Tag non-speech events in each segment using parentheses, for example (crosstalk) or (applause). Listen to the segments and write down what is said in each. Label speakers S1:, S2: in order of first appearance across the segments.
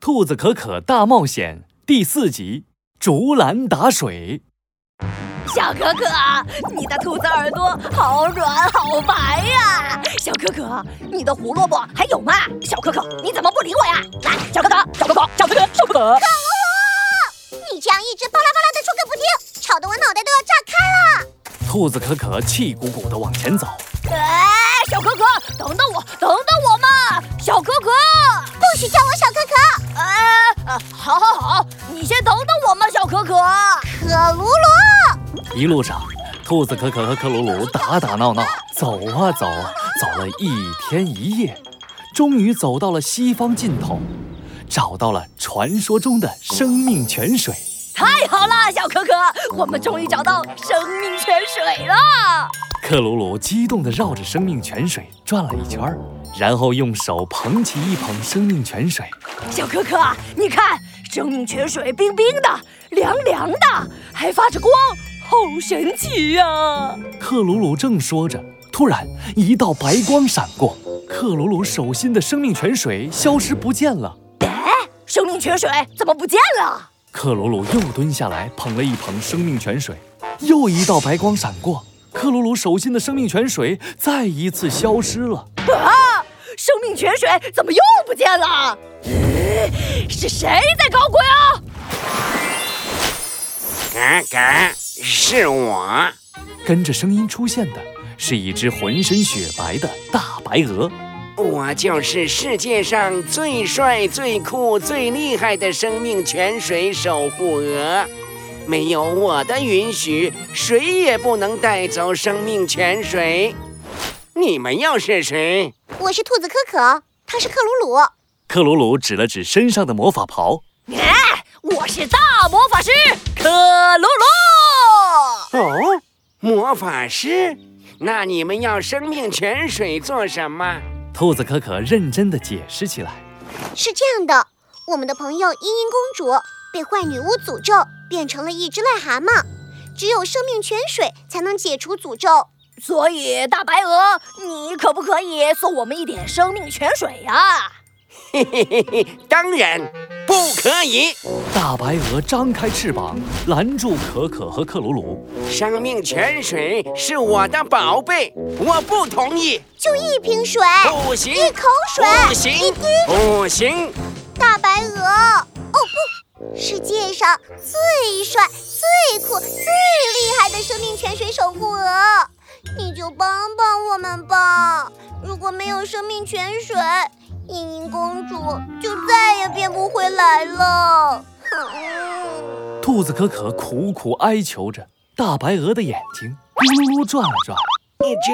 S1: 兔子可可大冒险》第四集《竹篮打水》。
S2: 小可可，你的兔子耳朵好软好白呀、小可可，你的胡萝卜还有吗？小可可，你怎么不理我呀？来，小可可，小可可，小可可，小可可。
S3: 你这样一直巴拉巴拉的说个不停，吵得我脑袋都要炸开了。
S1: 兔子可可气鼓鼓地往前走，
S2: 哎，小可可，等等我，等等我嘛！小可可，
S3: 不许叫我小可可，
S2: 哎，呃好好好，你先等等我嘛，小可可。
S3: 可鲁鲁。
S1: 一路上，兔子可可和克鲁鲁打打闹闹，走啊走，走了一天一夜，终于走到了西方尽头，找到了传说中的生命泉水。
S2: 太好了，小可可，我们终于找到生命泉水了。
S1: 克鲁鲁激动地绕着生命泉水转了一圈儿，然后用手捧起一捧生命泉水。
S2: 小可可，你看，生命泉水冰冰的，凉凉的，还发着光，好神奇呀、
S1: 克鲁鲁正说着，突然一道白光闪过，克鲁鲁手心的生命泉水消失不见了。
S2: 生命泉水怎么不见了？
S1: 克鲁鲁又蹲下来捧了一捧生命泉水，又一道白光闪过，克鲁鲁手心的生命泉水再一次消失了。
S2: 生命泉水怎么又不见了？呃是谁在搞鬼啊？
S4: 嘎嘎，是我，
S1: 跟着声音出现的是一只浑身雪白的大白鹅。
S4: 我就是世界上最帅、最酷、最厉害的生命泉水守护鹅。没有我的允许，谁也不能带走生命泉水。你们又是谁？
S3: 我是兔子可可，他是克鲁鲁。
S1: 克鲁鲁指了指身上的魔法袍，
S2: 哎，我是大魔法师克鲁鲁。
S4: 哦，魔法师？那你们要生命泉水做什么？ (laughs)
S1: 兔子可可认真地解释起来。
S3: 是这样的，我们的朋友茵茵公主被坏女巫诅咒，变成了一只癞蛤蟆，只有生命泉水才能解除诅咒。
S2: 所以大白鹅，你可不可以送我们一点生命泉水呀、
S4: 嘿嘿嘿嘿，当然不可以。
S1: 大白鹅张开翅膀，拦住可可和克鲁鲁。
S4: 生命泉水是我的宝贝，我不同意，
S3: 就一瓶水，
S4: 不哦行，
S3: 一口水，
S4: 不行，不行，
S3: 大白鹅。哦不，世界上最帅、最酷、最厉害的生命泉水守护鹅，你就帮帮我们吧！如果没有生命泉水，茵茵公主就再也变不回来了。 (laughs) 哼
S1: 兔子可可苦苦哀求着，大白鹅的眼睛咕噜噜转了转。
S4: 这，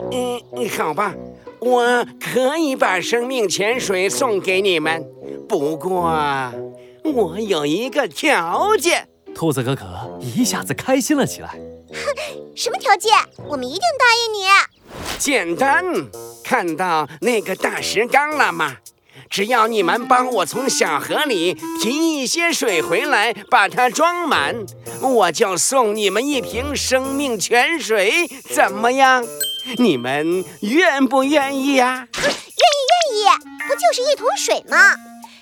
S4: 嗯，好吧，我可以把生命泉水送给你们，不过我有一个条件。
S1: 兔子可可一下子开心了起来。
S3: 什么条件？我们一定答应你。
S4: 简单，看到那个大石缸了吗？只要你们帮我从小河里提一些水回来，把它装满，我就送你们一瓶生命泉水，怎么样？你们愿不愿意啊呀、
S3: 愿意，不就是一桶水吗？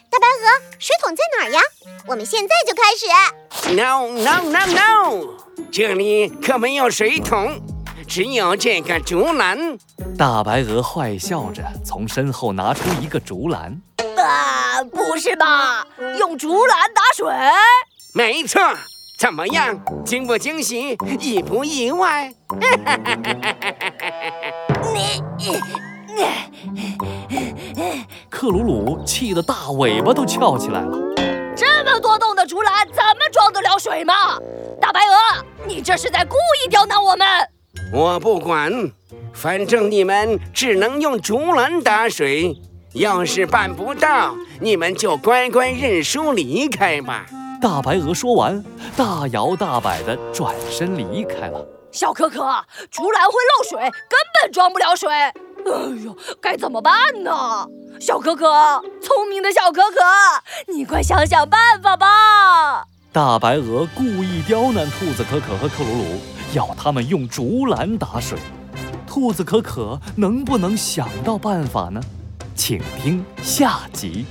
S3: 大白鹅，水桶在哪儿呀？我们现在就开始。
S4: n o No No No，这里可没有水桶，只有这个竹篮。
S1: 大白鹅坏笑着从身后拿出一个竹篮，
S2: 啊，不是吧？用竹篮打水？
S4: 没错，怎么样？惊不惊喜？意不意外？
S1: 克鲁鲁气得大尾巴都翘起来了。
S2: 这么多洞的竹篮，怎么装得了水嘛？大白鹅，你这是在故意刁难我们！
S4: 我不管，反正你们只能用竹篮打水。要是办不到，你们就乖乖认输离开吧。
S1: 大白鹅说完，大摇大摆地转身离开了。
S2: 小可可，竹篮会漏水，根本装不了水。哎呦，该怎么办呢？小可可，聪明的小可可，你快想想办法吧！
S1: 大白鹅故意刁难兔子可可和克鲁鲁，要他们用竹篮打水。兔子可可能不能想到办法呢？请听下集。